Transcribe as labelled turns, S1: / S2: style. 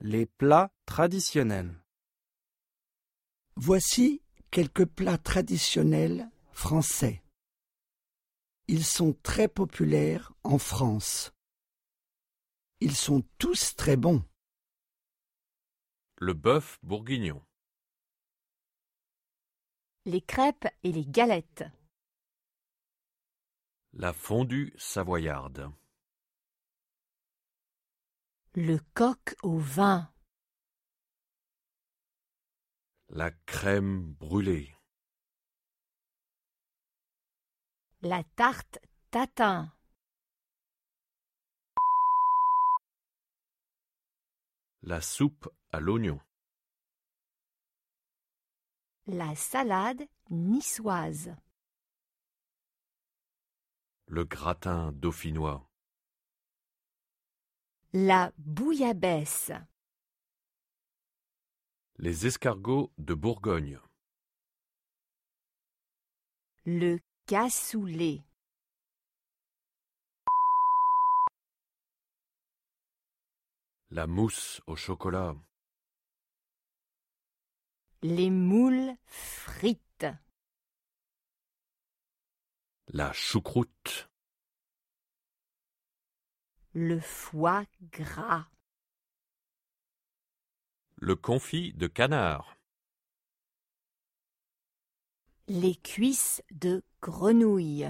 S1: Les plats traditionnels.
S2: Voici quelques plats traditionnels français. Ils sont très populaires en France. Ils sont tous très bons.
S3: Le bœuf bourguignon.
S4: les crêpes et les galettes,
S3: La fondue savoyarde.
S4: le coq au vin,
S3: La crème brûlée.
S4: la tarte tatin,
S3: La soupe à l'oignon.
S4: la salade niçoise,
S3: Le gratin dauphinois.
S4: la bouillabaisse,
S3: Les escargots de Bourgogne.
S4: le cassoulet,
S3: La mousse au chocolat.
S4: les moules frites,
S3: La choucroute.
S4: le foie gras,
S3: Le confit de canard.
S4: les cuisses de grenouille.